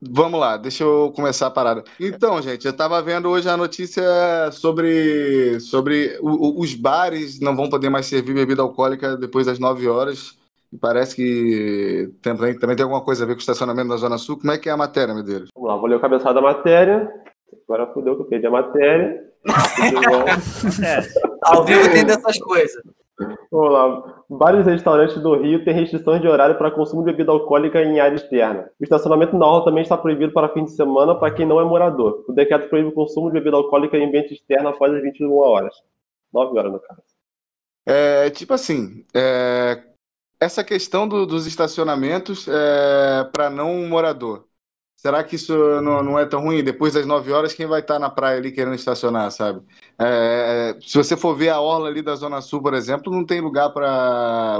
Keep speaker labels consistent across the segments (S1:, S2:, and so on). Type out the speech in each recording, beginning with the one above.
S1: Vamos lá, deixa eu começar a parada. Então, gente, eu estava vendo hoje a notícia sobre, sobre o- o- os bares não vão poder mais servir bebida alcoólica depois das 9 horas. E parece que também, também tem alguma coisa a ver com o estacionamento da Zona Sul. Como é que é a matéria, meu Deus?
S2: Vamos lá, vou ler o cabeçalho da matéria. Agora fudeu que eu perdi a matéria. Igual-
S3: Ao vivo tem dessas coisas.
S2: Vamos lá. Vários restaurantes do Rio têm restrições de horário para consumo de bebida alcoólica em área externa. O estacionamento na orla também está proibido para fim de semana para quem não é morador. O decreto proíbe o consumo de bebida alcoólica em ambiente externo após as 21 horas. 9 horas, no caso.
S1: É, tipo assim, é, essa questão do- dos estacionamentos é, para não morador. Será que isso não, não é tão ruim? Depois das 9 horas, quem vai estar na praia ali querendo estacionar, sabe? É, se você for ver a orla ali da Zona Sul, por exemplo, não tem lugar para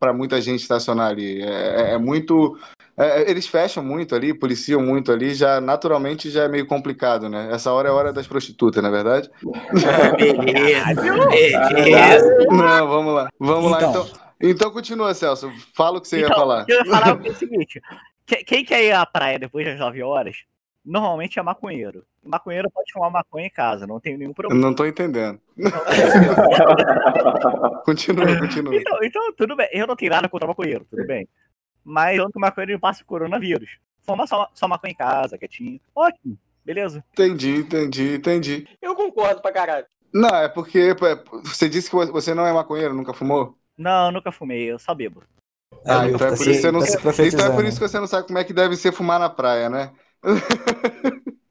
S1: para muita gente estacionar ali. É, é- é muito. é, eles fecham muito ali, policiam muito ali, já naturalmente já é meio complicado, né? Essa hora é a hora das prostitutas, não é verdade?
S3: Beleza, beleza.
S1: Não, vamos lá. Vamos lá,
S4: Então.
S1: então. Então continua, Celso. Fala o que você ia
S5: Então,
S1: falar.
S5: O que eu ia falar é o seguinte: que- quem quer ir à praia depois das 9 horas, normalmente é maconheiro. Maconheiro pode fumar maconha em casa, não tem nenhum
S1: Eu
S5: problema.
S1: não tô entendendo. continua, continua.
S5: Então, então, tudo bem. Eu não tenho nada contra maconheiro, tudo bem. Mas falando que o maconheiro não passa o coronavírus. Fuma só, só maconha em casa, quietinho. Ótimo, beleza.
S1: Entendi, entendi, entendi.
S6: Eu concordo pra caralho.
S1: Não, é porque pô, é, você disse que você não é maconheiro, nunca fumou?
S5: Não, nunca fumei, eu só bebo.
S1: Ah,
S4: Aí,
S1: então é
S4: tá
S1: por
S4: se-
S1: isso que você não
S4: tá se
S1: sabe. Então é por
S4: profetizando.
S1: isso que você não sabe como é que deve ser fumar na praia, né?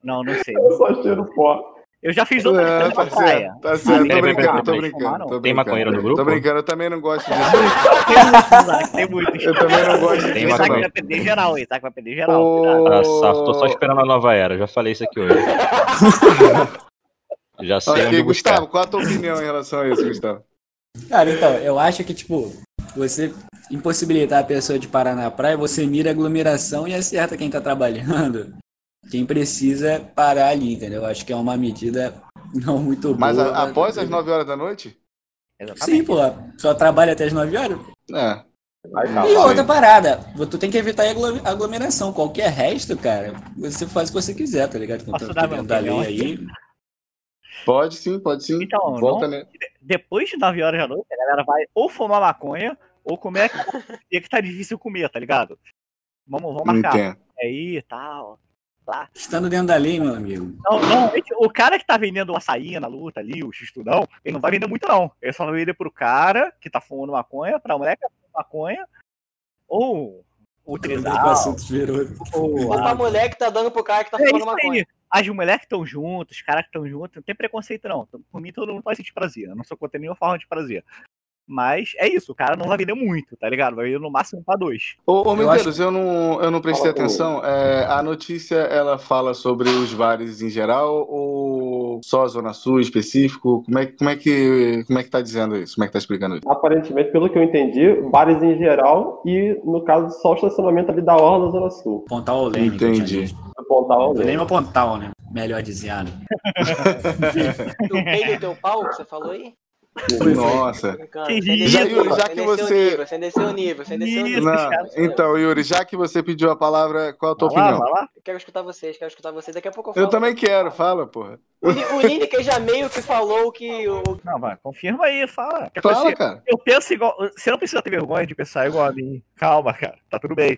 S5: Não, não sei.
S2: Eu só cheiro pó.
S5: Eu já fiz outras
S1: É,
S5: coisas
S1: tá
S5: na praia.
S1: certo, tá certo. Tô
S7: Peraí, peraí,
S1: brincando, tô
S7: peraí, peraí.
S1: brincando. tô
S7: Tem
S1: brincando.
S7: maconheiro no grupo?
S1: Tô brincando, eu também não gosto disso.
S5: Tem muitos.
S1: Eu também não gosto
S7: Tem
S5: O
S1: disso.
S5: Isaac
S7: maconha.
S1: não.
S5: vai perder geral, o Isaac vai perder geral.
S1: Ô,
S7: Ah, safo, tô só esperando a nova era, já falei isso aqui hoje. já sei
S1: Ok,
S7: onde tá. buscar.
S1: Gustavo, qual a tua opinião em relação a isso, Gustavo?
S4: Cara, então, eu acho que, tipo, você impossibilitar a pessoa de parar na praia, você mira a aglomeração e acerta quem tá trabalhando. Quem precisa parar ali, entendeu? Eu Acho que é uma medida não muito boa.
S1: Mas a-
S5: né?
S4: mas-
S1: após as 9 horas da noite?
S4: Sim, pô. Só trabalha até as 9 horas.
S1: É.
S2: Aí, tá.
S4: E
S1: Sim.
S4: outra parada, tu tem que evitar a aglo- aglomeração. Qualquer resto, cara, você faz o que você quiser, tá ligado?
S5: Posso
S4: Contanto
S5: dar
S4: que
S5: meu
S4: dentro da lei
S5: opinião
S4: aí.
S1: Pode sim, pode sim.
S5: Então,
S1: Volta,
S5: não-
S1: né?
S5: Depois de 9 horas da noite, a galera vai ou fumar maconha ou comer aquela comida que tá difícil comer, tá ligado? Vamos, vamos marcar.
S1: Entendo.
S5: Aí e tal.
S4: Estando dentro da lei, meu amigo.
S5: Não, normalmente, o cara que tá vendendo o açaí na luta ali, o xistudão, ele não vai vender muito, não. Ele só vai vender pro cara que tá fumando maconha, pra mulher que tá fumando maconha, ou o
S4: O
S5: trisal,
S4: assunto virou.
S5: ou
S6: Ou
S5: a
S6: pra mulher que tá dando pro cara que tá
S5: É
S6: fumando
S5: isso
S6: maconha.
S5: aí. As mulheres que estão juntas, os caras que estão juntos, não tem preconceito, não. Então, Por mim, todo mundo vai sentir prazer. Eu não sou contra nenhuma forma de prazer. Mas é isso, o cara não vai vender muito, tá ligado? Vai vender no máximo pra dois.
S1: Ô, ô
S4: Eu
S1: Medeiros, eu, não, eu não prestei
S2: Fala comigo.
S1: atenção. É, a notícia, ela fala sobre os bares em geral ou só a Zona Sul em específico? Como é, que- como é que como é que tá dizendo isso? Como é que tá explicando isso?
S2: Aparentemente, pelo que eu entendi, bares em geral e, no caso, só o estacionamento ali da Orla da Zona Sul.
S4: Pontal ou leme. que eu tinha
S1: Entendi.
S4: dito.
S2: Apontar o
S4: Leme ou pontal, né? Melhor dizendo.
S6: Do peito do teu pau que você falou aí?
S4: Foi, foi.
S1: Nossa.
S6: Brincando.
S5: Que
S6: Você
S5: isso,
S1: já
S6: desceu, você
S1: que
S6: desceu o
S1: você-
S6: nível, Você desceu o nível, você desceu o nível.
S5: Isso,
S1: Não,
S5: cara.
S1: então, Yuri, já que você pediu a palavra, qual a tua
S5: Vai lá,
S1: opinião?
S5: vai lá.
S6: Eu quero escutar vocês, quero escutar vocês. Daqui a pouco eu falo.
S1: Eu também quero, fala, porra.
S6: O Li- O Lineker já meio que falou que o
S5: Não, vai, confirma aí, fala. Quer
S1: Fala,
S5: conhecer?
S1: cara.
S5: Eu penso igual. Você não precisa ter vergonha de pensar igual a mim. Calma, cara, tá tudo bem.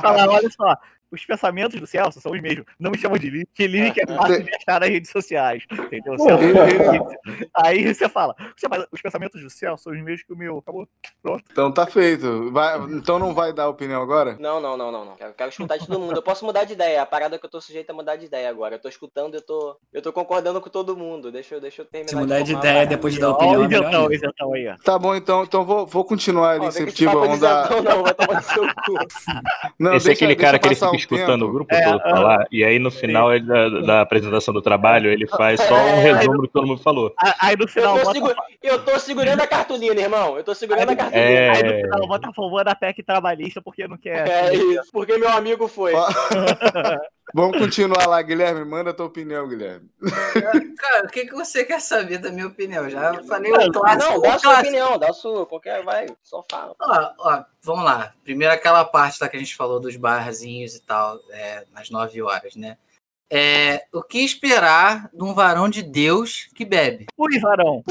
S5: Fala, olha só. Os pensamentos do Celso são os mesmos. Não me chamam de Lili, que Lili que é fácil de achar nas redes sociais. Entendeu? é Celso, aí você fala, você fala, os pensamentos do Celso são os mesmos que o meu. Acabou.
S1: Então tá feito. Vai- então não vai dar opinião agora?
S6: Não, não, não, não, não. Eu quero escutar de todo mundo. Eu posso mudar de ideia. A parada é que eu tô sujeito a mudar de ideia agora. Eu tô escutando, eu tô, eu tô concordando com todo mundo. Deixa eu, deixa eu terminar.
S4: Se mudar de
S6: formar a
S4: ideia
S6: parada.
S4: depois de dar
S5: Olha
S4: opinião,
S5: o
S4: é melhor
S5: isentão,
S4: ainda.
S5: o isentão aí, ó.
S1: Tá bom, então, então vou, vou continuar a
S6: Ó, vem com esse
S1: iniciativa.
S6: papo de
S1: Vamos dar.
S6: isentão, não, vai tomar no seu cu.
S1: Não,
S7: Esse é aquele cara que ele
S1: um
S7: fica escutando o grupo
S5: É,
S7: todo
S5: ah.
S7: falar, e aí no final ele- da, da apresentação do trabalho ele faz só
S5: É.
S7: um resumo do que todo mundo falou.
S5: A- Aí no
S6: Eu
S5: final,
S6: tô,
S5: bota,
S6: segu- eu tô segurando a cartolina, irmão. Eu tô segurando a cartolina.
S7: É,
S5: aí no final é, bota a favor da PEC trabalhista porque não quer.
S6: É isso, porque meu amigo foi.
S1: Ó. Vamos continuar lá, Guilherme. Manda a tua opinião, Guilherme.
S8: Cara, o que, que você quer saber da minha opinião? Já falei o
S6: Ah,
S8: clássico.
S6: não,
S8: o
S6: dá a sua
S8: clássico.
S6: opinião, dá a sua, qualquer, vai, só fala.
S8: Ó, ó, vamos lá. Primeiro aquela parte lá que a gente falou dos barzinhos e tal, é, nas 9 horas, né? É, o que esperar de um varão de Deus que bebe?
S5: Ui, varão.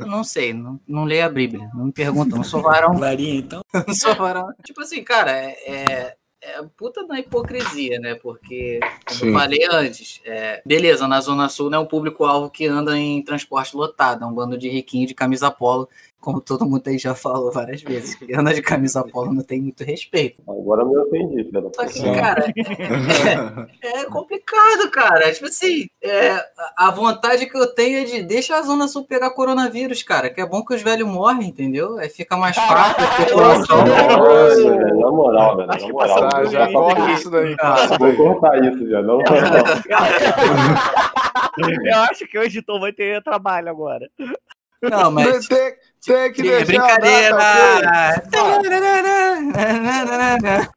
S8: Eu não sei, não, não leio a Bíblia. Não me pergunta, não sou varão,
S4: Varinha, então.
S8: não sou varão. Tipo assim, cara, é, é puta da hipocrisia, né? Porque Como eu falei antes, é, beleza, na Zona Sul não é um público-alvo que anda em transporte lotado, é um bando de riquinho de camisa polo, como todo mundo aí já falou várias vezes. que anda de camisa polo não tem muito respeito.
S2: Agora eu me ofendi, cara.
S8: Só que,
S1: Sim.
S8: cara, é complicado, cara. Tipo assim, é, a- a vontade que eu tenho é de deixar a Zona Sul pegar coronavírus, cara, que é bom que os velhos morrem, entendeu? Aí fica mais fraco a população.
S2: Nossa, velho, na moral, velho, na moral.
S1: Tá, já
S2: Vou
S1: corta isso daí. corta isso
S2: Vou
S1: daí.
S2: cortar isso já, não.
S5: Eu acho que o editor vai ter trabalho agora.
S8: Não, mas...
S1: Tem, tem que
S8: É
S1: deixar
S8: brincadeira! é.
S1: a data, ok?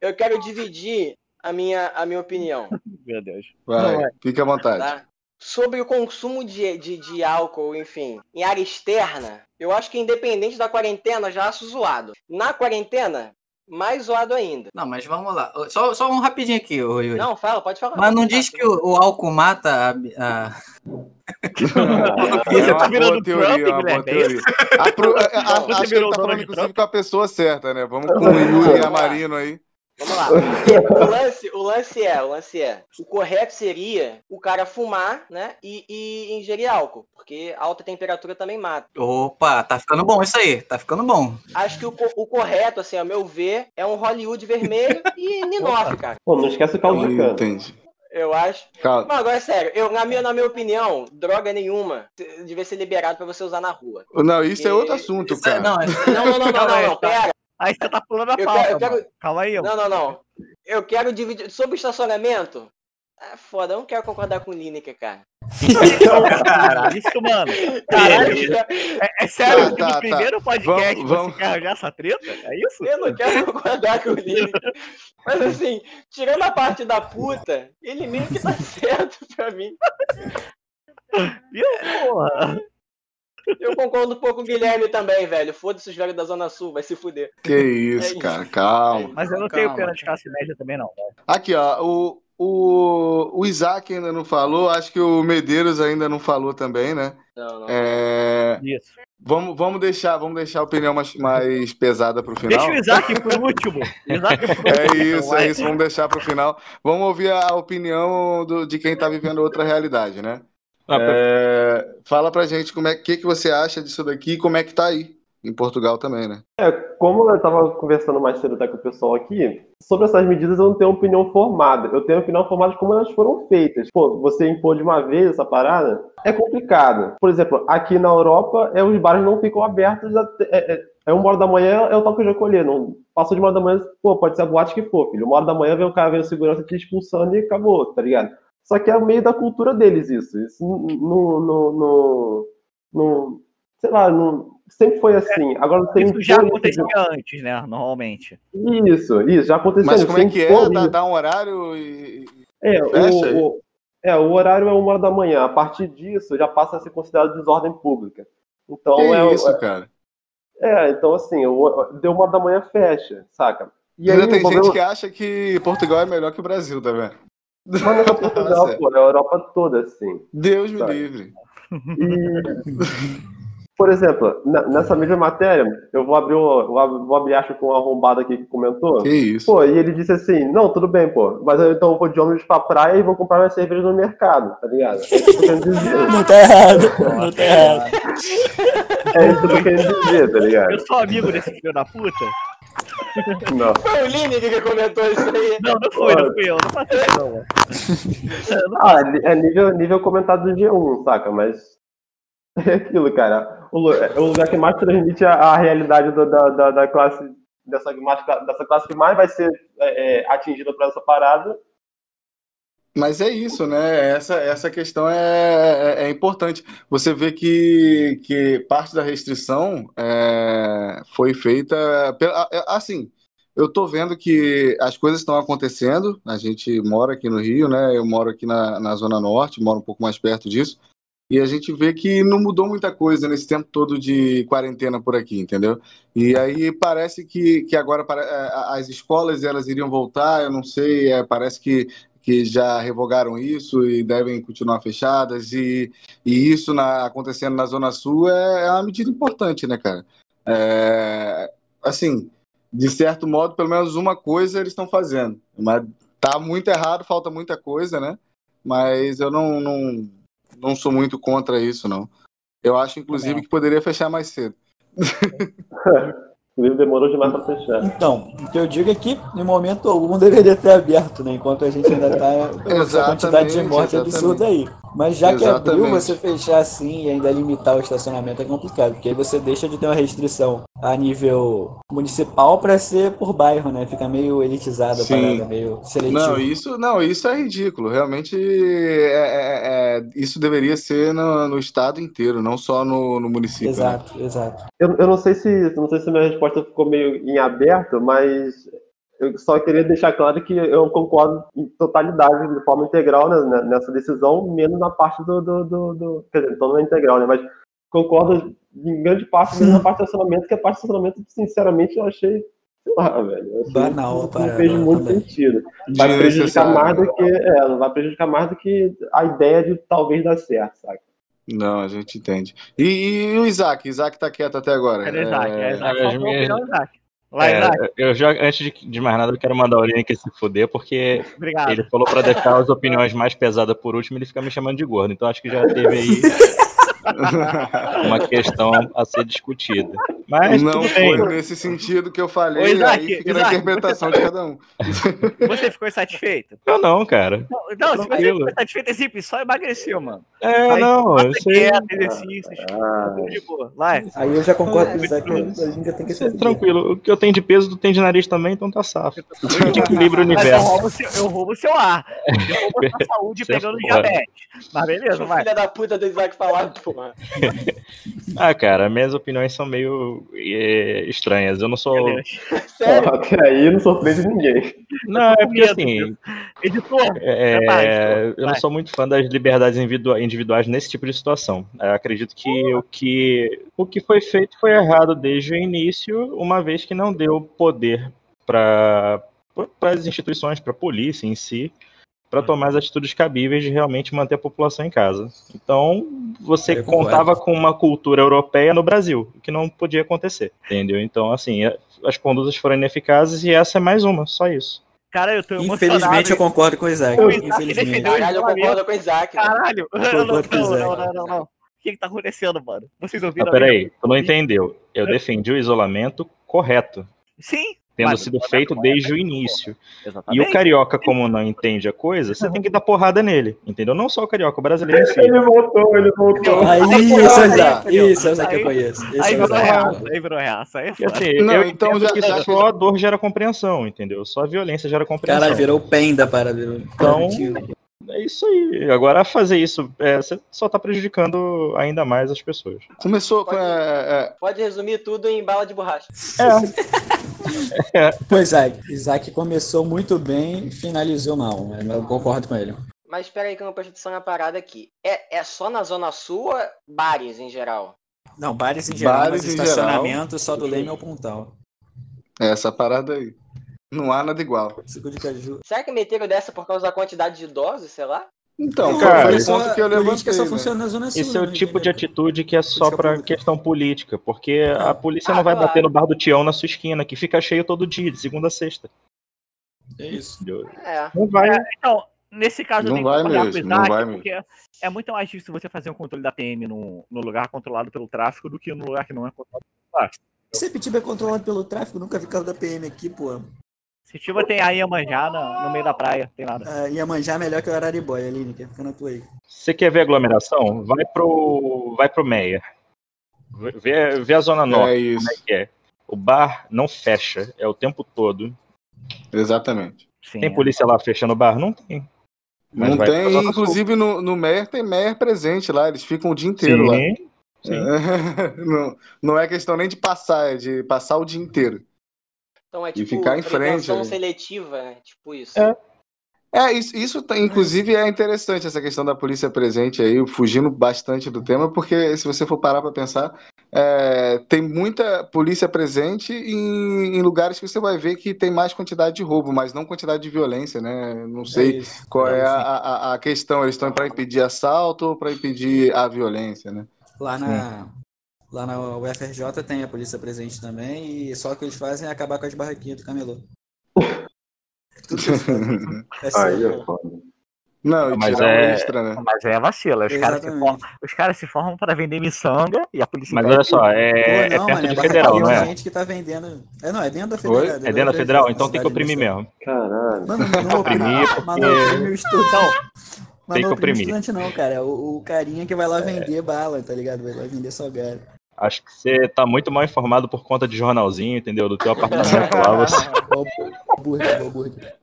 S6: Eu quero dividir a minha, a minha opinião,
S5: Meu Deus. Não,
S1: Vai, fica à vontade.
S6: tá? Sobre o consumo de, de, de álcool, enfim, em área externa, eu acho que independente da quarentena, já acho zoado. Na quarentena, mais zoado ainda.
S8: Não, mas vamos lá. Só, só um rapidinho aqui, ô Yuri.
S6: Não, tá fala, pode falar.
S8: Mas não diz que o, o álcool mata a. a-
S1: É uma
S5: virando
S1: boa teoria,
S5: Trump,
S1: é uma boa
S5: Guilherme,
S1: teoria.
S5: é
S1: A pro- a- a-
S6: Você
S1: Acho que ele
S5: virou
S1: tá falando,
S5: Donald
S1: inclusive,
S5: Trump?
S1: com a pessoa certa, né? Vamos com o Yuri Amarino aí.
S6: Vamos lá. O lance, o lance é, o lance é. O correto seria o cara fumar, né? E, e ingerir álcool, porque alta temperatura também mata.
S8: Opa, tá ficando bom isso aí. Tá ficando bom.
S6: Acho que o, co- o correto, assim, ao meu ver, é um Hollywood vermelho e Ninoff, cara.
S2: Pô, não esquece o caldo de cana.
S1: Entendi.
S6: Eu acho.
S1: Calma.
S6: Mas agora, é sério, eu, na, minha, na minha opinião, droga nenhuma te- devia ser liberado pra você usar na rua.
S1: Não, isso é outro
S6: Isso
S1: assunto,
S8: Isso é-
S1: cara.
S8: não, é-
S6: Não, não, não, não, não, não, pera.
S5: Aí você tá pulando a
S6: Eu
S5: pauta.
S6: quero- eu quero-
S5: mano. Calma aí,
S6: Não, não, não. Eu quero dividir. Sobre o estacionamento. É foda, eu não quero concordar com o Lineker, cara.
S5: cara. Isso, mano.
S6: Caralho,
S5: Caralho, é, é sério,
S1: Tá, tá,
S5: no
S1: tá.
S5: primeiro podcast
S1: Vamos-
S5: você
S1: vamos.
S5: quer já essa treta? É isso?
S6: Eu não quero concordar com o Lineker. Mas assim, tirando a parte da puta, ele meio que tá certo pra mim.
S5: Viu, porra?
S6: Eu concordo um pouco com o Guilherme também, velho. Foda-se os velhos da Zona Sul, vai se fuder.
S1: Que isso, cara, calma.
S5: Mas eu não
S8: Calma,
S5: tenho pena de
S8: cara.
S5: classe média também, não.
S1: Aqui, ó, o, o, o Isaac ainda não falou, acho que o Medeiros ainda não falou também, né?
S6: Não, não.
S1: É,
S5: Isso.
S1: vamos, vamos, deixar, vamos deixar a opinião mais, mais pesada pro final.
S5: Deixa o Isaac por último. Isaac por último.
S1: É isso,
S5: Vai.
S1: é isso. Vamos deixar pro final. Vamos ouvir a opinião do- de quem tá vivendo outra realidade, né?
S7: Ah, pra-
S1: É, fala pra gente como é que, que você acha disso daqui e como é que tá aí em Portugal também, né?
S2: É, Como eu tava conversando mais cedo até com o pessoal aqui, sobre essas medidas eu não tenho opinião formada. Eu tenho opinião formada de como elas foram feitas. Pô, você impor de uma vez essa parada é complicado. Por exemplo, aqui na Europa, é, os bares não ficam abertos até. É, é, é uma hora da manhã, é o tal que eu já colher. Não, passou de uma hora da manhã, pô, pode ser a boate que for, filho. Uma hora da manhã vem o cara vendo segurança te expulsando e acabou, tá ligado? Só que é meio da cultura deles isso. Isso não. não, não, não sei lá, não, sempre foi assim. Agora tem
S5: Isso já
S2: impor de-
S5: acontecia antes, né? Normalmente.
S2: isso, isso, já aconteceu.
S1: Mas
S2: isso,
S1: como é
S2: sem
S1: que é?
S2: corrida.
S1: Dá, dá um horário e. e-
S2: É,
S1: Fecha aí.
S2: o, o- é, o horário é uma hora da manhã. A partir disso, já passa a ser considerado desordem pública. Então,
S1: Que
S2: é,
S1: isso, cara?
S2: é, então assim, o- deu uma hora da manhã, fecha, saca? E aí,
S1: Ainda tem
S2: o
S1: gente
S2: problema-
S1: que acha que Portugal é melhor que o Brasil, tá vendo?
S2: mas não é só Portugal,
S1: Nossa.
S2: pô, é a Europa toda, assim.
S1: Deus me
S2: Tá.
S1: livre.
S2: Por exemplo, na- nessa mesma matéria, eu vou abrir, o, vou abrir, vou abrir acho, com um arrombado aqui que comentou.
S1: Que isso.
S2: Pô, e ele disse assim, não, tudo bem, pô, mas eu então vou de ônibus pra praia e vou comprar minha cerveja no mercado, tá ligado? É isso que eu quero dizer.
S4: Não tá errado. Não tá errado.
S2: É isso que eu queria dizer, tá ligado?
S5: Eu sou amigo desse filho da puta?
S2: Não.
S6: Foi o Lineker que comentou isso aí.
S5: Não, não foi, não fui eu. Não faço isso, não, mano.
S2: Ah, ni- é nível, nível comentado do G1, saca? Mas é aquilo, cara. O, lu- é o lugar que mais transmite a, a realidade do- da, da, da classe, dessa, mais- dessa classe que mais vai ser é, é, atingida por essa parada.
S1: Mas é isso, né? Essa, essa questão é, é, é importante. Você vê que, que parte da restrição é, foi feita. pela- a- a- assim, Eu tô vendo que as coisas estão acontecendo. A gente mora aqui no Rio, né? Eu moro aqui na, na Zona Norte, moro um pouco mais perto disso. E a gente vê que não mudou muita coisa nesse tempo todo de quarentena por aqui, entendeu? E aí parece que, que agora para- eh, as escolas elas iriam voltar, eu não sei, eh, parece que, que já revogaram isso e devem continuar fechadas. E, e isso na- acontecendo na Zona Sul é, é uma medida importante, né, cara? É, assim, de certo modo, pelo menos uma coisa eles estão fazendo. Mas tá muito errado, falta muita coisa, né? Mas eu não- não, não sou muito contra isso, não. Eu acho, inclusive, que poderia fechar mais cedo.
S2: O livro demorou demais pra fechar.
S4: Então, o que eu digo é que em momento algum deveria ter aberto, né? Enquanto a gente ainda tá está com essa quantidade de
S1: Exatamente,
S4: morte é
S1: exatamente.
S4: absurda aí. Mas já que abriu,
S1: Exatamente.
S4: você fechar assim e ainda limitar o estacionamento é complicado, porque aí você deixa de ter uma restrição a nível municipal para ser por bairro, né? Fica meio elitizado a
S1: Sim.
S4: parada, meio seletivo.
S1: Não, isso, não, isso é ridículo. Realmente, é- é- é- isso deveria ser no, no estado inteiro, não só no, no município. né?
S4: Exato, exato.
S2: Eu, eu não sei se não sei se minha resposta ficou meio em aberto, mas eu só queria deixar claro que eu concordo em totalidade, de forma integral né, né, nessa decisão, menos na parte do. do, do, do- quer dizer, então não é integral, né? Mas concordo em grande parte, menos na parte do estacionamento, que a parte do estacionamento, sinceramente, eu achei. Sei lá, velho. eu achei
S4: Banal
S2: que
S4: a
S2: Não
S4: parada
S2: fez muito
S4: também.
S2: sentido. Vai prejudicar
S1: Desnecessário.
S2: mais do que. É, vai prejudicar mais do que a ideia de talvez dar certo, sabe?
S1: Não, a gente entende. E, e o Isaac? Isaac tá quieto até agora.
S5: Cadê o Isaac? É, Isaac. Qual
S7: é,
S5: foi a opinião do Isaac? Vai,
S7: É,
S5: Isaac.
S7: eu já, antes de, de mais nada, eu quero mandar o Link se fuder, porque
S5: Obrigado.
S7: ele falou pra deixar as opiniões mais pesadas por último, ele fica me chamando de gordo. Então acho que já teve aí uma questão a ser discutida. Mas
S1: não
S7: É, tudo
S1: foi
S7: bem.
S1: nesse sentido que eu falei,
S5: Ô, Isaac,
S1: aí fica na
S5: Isaac,
S1: interpretação de cada um.
S5: Você ficou insatisfeito?
S7: Eu não, cara.
S5: Não, não se você
S7: Tranquilo.
S5: ficou insatisfeito, esse episódio só emagreceu, mano.
S7: É,
S5: Vai,
S7: não, eu
S5: Faça
S7: sei.
S5: dieta, exercícios,
S2: Ah.
S5: tudo de boa. Vai.
S4: Aí eu já concordo com o Isaac, a língua tem que
S7: Isso é
S4: ser
S7: tranquilo. O que eu tenho de peso, tu tem de nariz também, então tá safo. Equilíbrio
S5: Mas é eu
S7: universo.
S5: roubo, o seu, eu roubo o seu ar. Eu roubo a sua saúde
S7: Você é
S5: pegando
S7: foda.
S5: diabetes. Mas beleza, vai.
S6: Filha da puta do Isaac falar, porra.
S7: Ah, cara, minhas opiniões são meio é, estranhas. Eu não sou.
S6: Sério?
S2: Porra, até aí eu não surpreende ninguém.
S7: Não, é porque
S5: Medo,
S7: assim.
S5: Editor,
S7: é,
S5: Vai, vai.
S7: eu não sou muito fã das liberdades individua- individuais nesse tipo de situação. Eu acredito que o, que o que foi feito foi errado desde o início, uma vez que não deu poder para as instituições, para a polícia em si, para tomar as atitudes cabíveis de realmente manter a população em casa. Então, você
S4: É, Eu concordo.
S7: contava com uma cultura europeia no Brasil, o que não podia acontecer, entendeu? Então, assim, a- as condutas foram ineficazes e essa é mais uma, só isso.
S5: cara, eu tô emocionado.
S4: Infelizmente eu concordo com o Isaac.
S5: Eu- né?
S4: Infelizmente.
S6: Caralho, eu concordo com o Isaac. mano.
S5: Caralho. Não,
S4: Eu
S5: não,
S4: concordo com o Isaac.
S5: não, não, não, não. O que que tá acontecendo, mano? Vocês
S7: Ah,
S5: ouviram? a minha-
S7: peraí, tu não entendeu. Eu É? defendi o isolamento correto,
S5: Sim.
S7: tendo
S5: Mas-
S7: sido feito desde o início. E
S5: Exatamente.
S7: o carioca, como não entende a coisa, você tem que dar porrada nele, entendeu? Não só o carioca, o brasileiro em si.
S2: Ele voltou, ele voltou.
S4: Aí,
S5: Aí,
S4: isso é o Isaac.
S5: entendeu?
S4: Isso é o Isaac que eu
S5: né? Aí-
S4: conheço. Esse
S5: Aí
S4: é o
S5: virou
S4: Isaac.
S5: reaça, aí virou reaça. Aí é
S7: E,
S5: foda.
S7: assim,
S1: Não,
S7: eu
S1: então
S7: entendo
S1: já-
S7: que
S1: já-
S7: só a dor gera compreensão, entendeu? Só a violência gera compreensão.
S4: Caralho, virou o PEN da parada. virou- um
S7: Então, É isso aí. Agora, fazer isso, é, você só tá prejudicando ainda mais as pessoas.
S1: Começou com.
S6: Pode-
S1: é, é,
S6: Pode resumir tudo em bala de borracha.
S4: Pois Isaac. Isaac começou muito bem e finalizou mal. né? Eu concordo com ele.
S6: Mas espera aí que eu não prestei atenção na parada aqui. É, é só na Zona Sul ou é bares em geral?
S4: Não, bares em
S1: geral,
S4: geral,
S1: Bares mas
S4: mas
S1: em estacionamento
S4: estacionamento só do Leme ao Pontal.
S1: é essa parada aí. Não há nada igual.
S4: Suco de caju.
S6: Será que meteram dessa por causa da quantidade de idosos, sei lá?
S1: Então,
S7: cara,
S1: foi o
S4: só-
S1: ponto que eu levantei.
S4: política só
S1: né?
S4: funciona na Zona Sul.
S7: Esse é
S4: né,
S7: o tipo de
S4: entendeu?
S7: atitude que é só
S4: Política
S7: pra
S4: pública.
S7: questão política, porque a polícia não
S6: Ah,
S7: vai
S6: claro.
S7: bater no bar do Tião na sua esquina, que fica cheio todo dia, de segunda a sexta.
S4: É isso.
S7: entendeu?
S6: É.
S7: Não vai
S5: Então, nesse caso,
S1: Não
S5: eu tenho
S1: vai
S5: que concordar com o
S1: mesmo,
S5: Isaac,
S1: não vai mesmo.
S5: porque é muito mais difícil você fazer um controle da PM no, no lugar controlado pelo tráfico do que no lugar que não é controlado.
S4: Sepitiba é controlado pelo tráfico, nunca vi carro da PM aqui, pô.
S5: Se tiver tem a Iemanjá na- no meio da praia, tem nada.
S4: Ah, ia manjar melhor que o Araribóia, Aline, que fica na tua aí.
S7: Você quer ver aglomeração? Vai pro, vai pro Meia. Vê, vê a Zona Norte,
S1: É isso,
S7: como é que é. O bar não fecha, é o tempo todo.
S4: né?
S1: exatamente.
S5: Sim, é.
S7: Tem polícia lá fechando o bar? Não tem. Mas
S1: não
S7: vai pra
S1: tem,
S7: Zona
S1: inclusive no, no Meyer tem Meyer presente lá, eles ficam o dia inteiro lá.
S7: Sim, sim.
S1: não, não é questão nem de passar, é de passar o dia inteiro.
S6: Então é
S1: E
S6: tipo
S1: ficar em frente,
S6: prevenção
S1: né?
S6: seletiva, né? Tipo isso.
S7: É.
S1: É, isso, isso tá- inclusive é interessante essa questão da polícia presente aí, fugindo bastante do tema, porque se você for parar para pensar, é, tem muita polícia presente em, em lugares que você vai ver que tem mais quantidade de roubo, mas não quantidade de violência, né? Não sei
S4: isso.
S1: qual é a,
S4: isso.
S1: a- a questão, eles estão para impedir assalto ou para impedir a violência, né?
S4: Lá na, lá na UFRJ tem a polícia presente também, e só o que eles fazem é acabar com as barraquinhas do camelô. Tudo que eles fazem. É
S2: Aí
S4: sério.
S2: é foda.
S1: Não, e
S7: Mas
S1: tirar
S7: é-
S1: o extra, né?
S5: Mas é vacila. Os caras, se
S4: Exatamente.
S5: formam, os caras se formam para vender miçanga e a polícia.
S7: Mas olha só, é,
S4: Pô,
S7: é perto
S4: mano,
S7: de
S4: barraquinha
S7: federal, não é?
S4: gente que tá vendendo. É, não, é dentro da
S1: Oi?
S4: federal.
S1: É
S7: É dentro da
S4: UFRJ,
S7: federal,
S4: na
S7: então tem
S4: cidade
S7: que oprimir
S4: de São-
S7: mesmo.
S2: Caralho.
S4: Mano, não oprimir,
S7: oprimir, é
S4: mas não
S7: porque-
S4: oprime o estudante. Mas
S7: tem
S4: não
S7: que
S4: oprime o
S7: oprimir. É.
S4: estudante não, cara. É O, o carinha que vai lá vender bala, tá ligado? Vai lá vender salgado.
S7: Acho que você tá muito mal informado por conta de jornalzinho, entendeu? Do teu apartamento lá. Você...
S4: Ó o burger, ó o burger.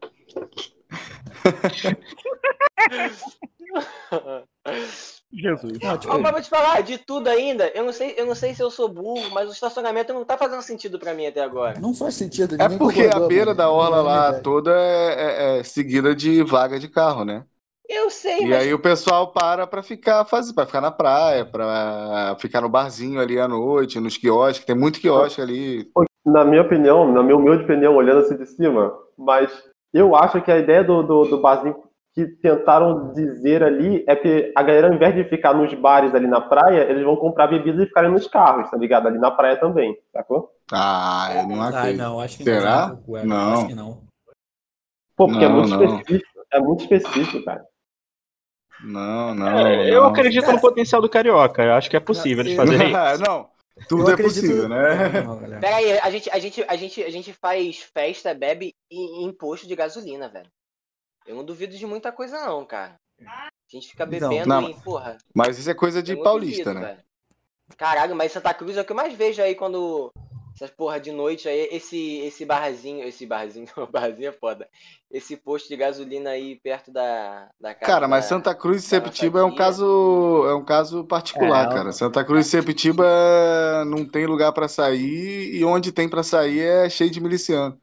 S5: Jesus.
S4: Não, tipo,
S6: Mas pra te falar, de tudo ainda, eu não sei, eu não sei se eu sou burro, mas o estacionamento não tá fazendo sentido pra mim até agora.
S4: não faz sentido.
S1: É
S4: ninguém
S1: porque a
S4: concordou,
S1: beira
S4: mano.
S1: da orla lá
S4: né? Não é
S1: toda é- é- é seguida de vaga de carro, né?
S6: Eu sei,
S1: E
S6: mas
S1: aí o pessoal para pra ficar, faz, pra ficar na praia, pra ficar no barzinho ali à noite, nos quiosques, tem muito quiosque ali.
S2: Na minha opinião, na minha humilde opinião, olhando assim de cima, mas eu acho que a ideia do, do, do barzinho que tentaram dizer ali é que a galera, ao invés de ficar nos bares ali na praia, eles vão comprar bebidas e ficarem nos carros, tá ligado? Ali na praia também, sacou?
S1: Ah, eu não
S4: verdade. Ah,
S1: acredito.
S4: não, acho que
S1: Será?
S4: não. Ué,
S1: Não.
S4: Acho que não.
S2: Pô, porque é
S1: Não,
S2: muito
S1: não.
S2: específico, é muito específico, cara.
S1: Não, não.
S7: É, eu
S1: não.
S7: acredito no potencial do carioca. Eu acho que é possível eles fazerem isso.
S1: Ah, não, tudo
S4: Eu
S1: é possível, né?
S4: Não, galera.
S6: Pera aí, a gente, a gente, a gente, a gente faz festa, bebe em em posto de gasolina, velho. Eu não duvido de muita coisa, não, cara. A gente fica
S4: Então,
S6: bebendo
S1: não,
S6: e, porra.
S1: Mas isso é coisa de
S6: eu não
S1: paulista,
S6: duvido,
S1: né?
S6: velho. Caralho, mas Santa Cruz é o que eu mais vejo aí quando. Essas porra de noite aí, esse, esse barrazinho, esse barrazinho, barrazinho é foda. Esse posto de gasolina aí perto da, da casa.
S1: Cara, mas
S6: da-
S1: Santa Cruz e
S6: da
S1: Septiba é um
S6: Lafadia.
S1: caso é um caso particular,
S8: um
S5: É,
S1: cara. Santa Cruz e Septiba não tem lugar pra sair e onde tem pra sair é cheio de miliciano.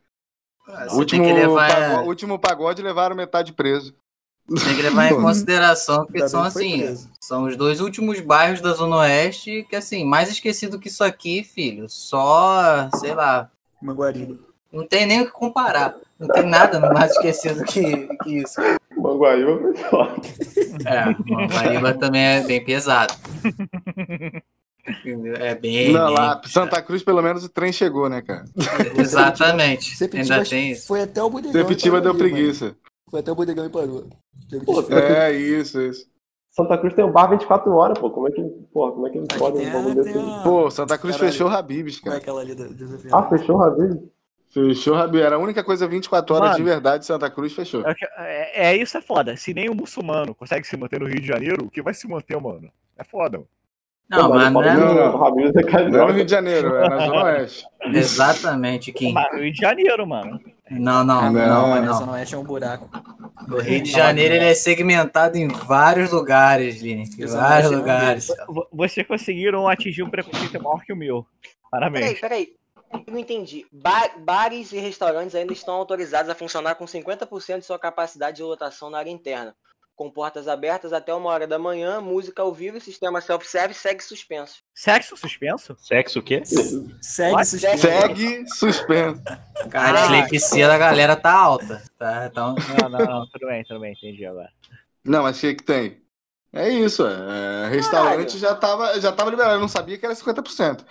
S8: Ah,
S1: O
S8: Você
S1: último, tá
S8: tem que levar,
S1: pagode, último pagode levaram metade preso.
S8: tem que levar em consideração que
S4: Ainda
S8: são
S4: bem que foi
S8: assim,
S4: preso.
S8: São os dois últimos bairros da Zona Oeste que, assim, mais esquecido que isso aqui, filho. Só, sei lá,
S4: Manguariba.
S8: não tem nem o que comparar. Não tem nada mais esquecido que, que isso.
S2: Manguaíba foi foda.
S8: É, Mariba também é bem pesado. Entendeu? É bem.
S1: Não,
S8: bem-
S1: lá, Santa Cruz, pelo menos o trem chegou, né, cara?
S8: Exatamente.
S4: Sepetiba
S8: Ainda tem isso.
S4: foi até o bodegão. e
S1: Sepetiba deu
S4: parou ali, mano.
S1: preguiça.
S4: Foi até o bodegão e parou. Teve
S2: Pô,
S4: que-
S1: É, isso, isso.
S2: Santa Cruz tem um bar 24 horas, pô. Como é que, porra, como é que eles
S4: Aqui
S2: podem
S4: tem
S2: um
S4: a-
S2: bagulho
S4: tem
S2: desse?
S4: a-
S1: Pô, Santa Cruz
S4: Caralho.
S1: fechou Habibs,
S4: Como é
S1: cara.
S4: aquela ali da Joseph
S2: Ah, fechou o Ravi?
S1: Fechou Habibs. Era a única coisa 24 horas
S5: Mano.
S1: de verdade, Santa Cruz fechou.
S5: É, o que- é- é- isso é foda. Se nem o muçulmano consegue se manter no Rio de Janeiro, o que vai se manter, mano? É foda. mano.
S8: Não,
S2: Pô, mas
S8: mano,
S2: fala
S8: né?
S1: não,
S2: que
S1: não.
S2: O Ravi é
S1: Não é no Rio
S2: carioca.
S1: de Janeiro, é na Zona Oeste.
S8: Exatamente, Kim.
S5: Mas Rio de Janeiro, mano.
S8: Não, não,
S4: Ah,
S1: Não,
S8: não,
S4: mas
S8: não.
S4: Zona Oeste é um buraco.
S8: O Rio de Janeiro ele é segmentado em vários lugares, Lini. Em
S4: Zona
S8: vários
S4: Oeste é um
S8: lugares.
S5: Vo- Vocês conseguiram atingir um preconceito maior que o meu. Parabéns.
S6: Peraí, peraí. Eu não entendi. Ba- bares e restaurantes ainda estão autorizados a funcionar com 50% de sua capacidade de lotação na área interna, com portas abertas até uma hora da manhã, música ao vivo e sistema self-service segue suspenso.
S5: Sexo suspenso?
S7: Sexo o quê?
S8: é-
S4: Segue suspeito.
S1: Segue suspenso.
S8: A dislexia da galera tá alta. Tá, então,
S5: Não, não, não. Tudo bem, tudo bem. Entendi agora.
S1: Não, mas o que, que tem? É isso, é. Restaurante
S6: Caralho.
S1: já tava, já tava liberado. Eu não sabia que era 50%.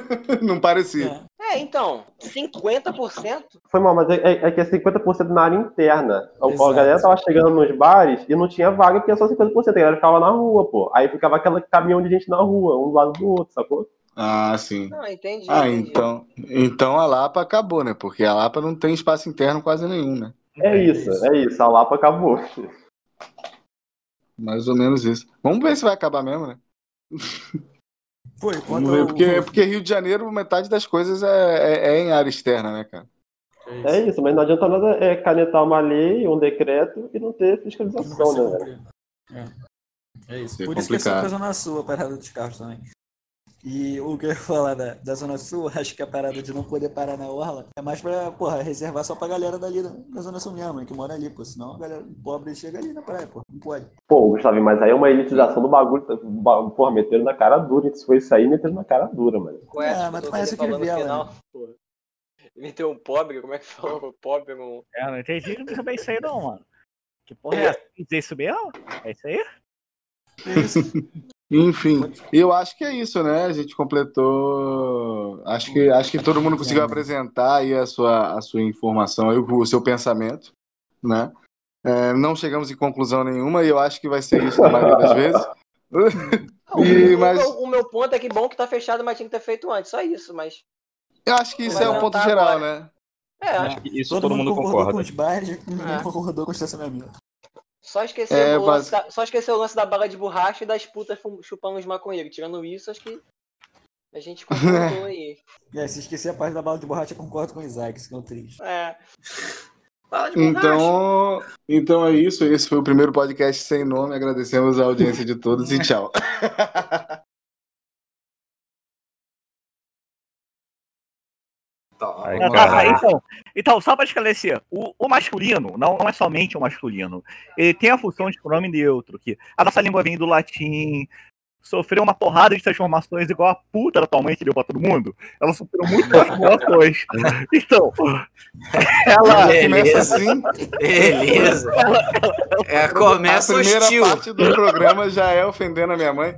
S1: não parecia.
S4: É.
S6: É, então, 50%?
S2: Foi mal, mas é, é- é que é 50% na área interna. A, a
S4: Exato.
S2: galera tava chegando nos bares e não tinha vaga porque era só 50%. A galera ficava na rua, pô. Aí ficava aquele caminhão de gente na rua, um do lado do outro, sacou?
S1: Ah, sim.
S6: Não, entendi.
S1: Ah,
S6: entendi.
S1: então, então a Lapa acabou, né? Porque a Lapa não tem espaço interno quase nenhum, né?
S2: É isso, é isso. A Lapa acabou.
S1: Mais ou menos isso. Vamos ver se vai acabar mesmo, né?
S4: Pô, e quanto
S1: Vamos ver,
S4: ao-
S1: porque, porque Rio de Janeiro, metade das coisas é, é- é em área externa, né, cara?
S2: É isso, mas não adianta nada é canetar uma lei, um decreto e não ter
S4: Não vai
S2: fiscalização,
S4: ser
S2: né, velho?
S4: cumprido. É. É isso.
S1: É
S4: Por isso que é só
S1: complicado.
S4: coisa na sua, a parada dos carros também. E o que eu ia falar da, da Zona Sul, acho que a parada de não poder parar na Orla é mais pra, porra, reservar só pra galera dali da, da Zona Sul mesmo, né, que mora ali, pô. Senão a galera pobre chega ali na praia, pô. Não pode.
S2: Pô, Gustavo, mas aí é uma elitização do bagulho. tá? Ba- Porra, meteram na cara dura. Se foi isso aí, meteram na cara dura, mano.
S6: Conhece
S4: Ah,
S6: o
S4: mas tu
S6: que
S4: conhece
S6: ele
S4: o que
S6: falou
S4: ele
S6: no
S4: vê,
S6: final? Pô. Ele tem um pobre, como é que falou? Pobre, um...
S5: É, não entendi muito bem isso aí, não, mano. Que porra é essa? Quer Dizer isso mesmo? É isso aí?
S1: Enfim, eu acho que é isso, né? A gente completou. Acho que, acho que todo mundo conseguiu apresentar aí a sua, a sua informação, aí, o seu pensamento, né? É, não chegamos em conclusão nenhuma e eu acho que vai ser isso na maioria das vezes.
S6: Não,
S1: E,
S6: o,
S1: mas-
S6: meu, o meu ponto é que bom que tá fechado, mas tinha que ter feito antes. Só isso, mas.
S1: Eu acho que isso é um ponto
S6: Vai
S1: geral,
S6: agora.
S1: né?
S6: É,
S7: Acho que isso
S4: Todo, mundo É. concordou com os bares, ninguém
S6: Ah.
S4: concordou com o estacionamento.
S6: só esquecer,
S1: É,
S6: o
S1: basi-
S6: lance da, só esquecer o lance da bala de borracha e das putas fum- chupando os maconheiros. Tirando isso, acho que a gente concordou aí.
S4: É, se esquecer a parte da bala de borracha, eu concordo com o Isaac, isso que é um triste.
S6: É.
S8: Fala de borracha.
S1: Então, então é isso. Esse foi o primeiro podcast sem nome. Agradecemos a audiência de todos e tchau.
S8: Toma.
S7: Ai,
S5: Ah,
S7: cara.
S5: ah, então, então, só para esclarecer, o, o masculino não, não é somente o masculino. Ele tem a função de pronome neutro, que a nossa língua vem do latim, sofreu uma porrada de transformações igual a puta da tua mãe que deu pra todo mundo. Ela sofreu muitas transformações. Então, ela,
S1: Começa
S8: Beleza,
S1: assim.
S8: beleza. É,
S1: a
S8: começa
S1: primeira
S8: hostil.
S1: parte do programa já é ofendendo a minha mãe.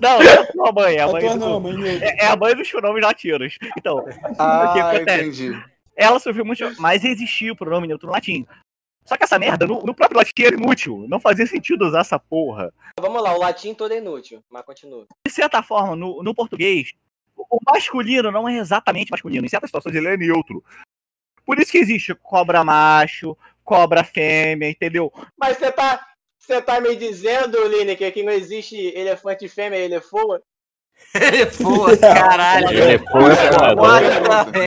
S5: não, é a tua mãe, é a mãe,
S4: tua
S5: do-
S4: não, mãe neutro.
S5: é a mãe dos pronomes latinos. Então, O que
S1: Ah,
S5: acontece?
S1: entendi.
S5: ela sofreu muito, mas existia o pronome neutro no latim. Só que essa merda, no, no próprio latim era inútil. Não fazia sentido usar essa porra.
S6: Vamos lá, o latim todo é inútil, mas continua.
S5: de certa forma, no, no português, o o masculino não é exatamente masculino. Em certas situações ele é neutro. Por isso que existe cobra macho, cobra fêmea, entendeu?
S6: Mas você tá. Você tá me dizendo, Lineker, que não existe elefante fêmea e elefoa?
S8: Pô, caralho.
S7: Ele é
S8: Olha,
S1: Tá
S7: foda.
S1: então.
S8: olha.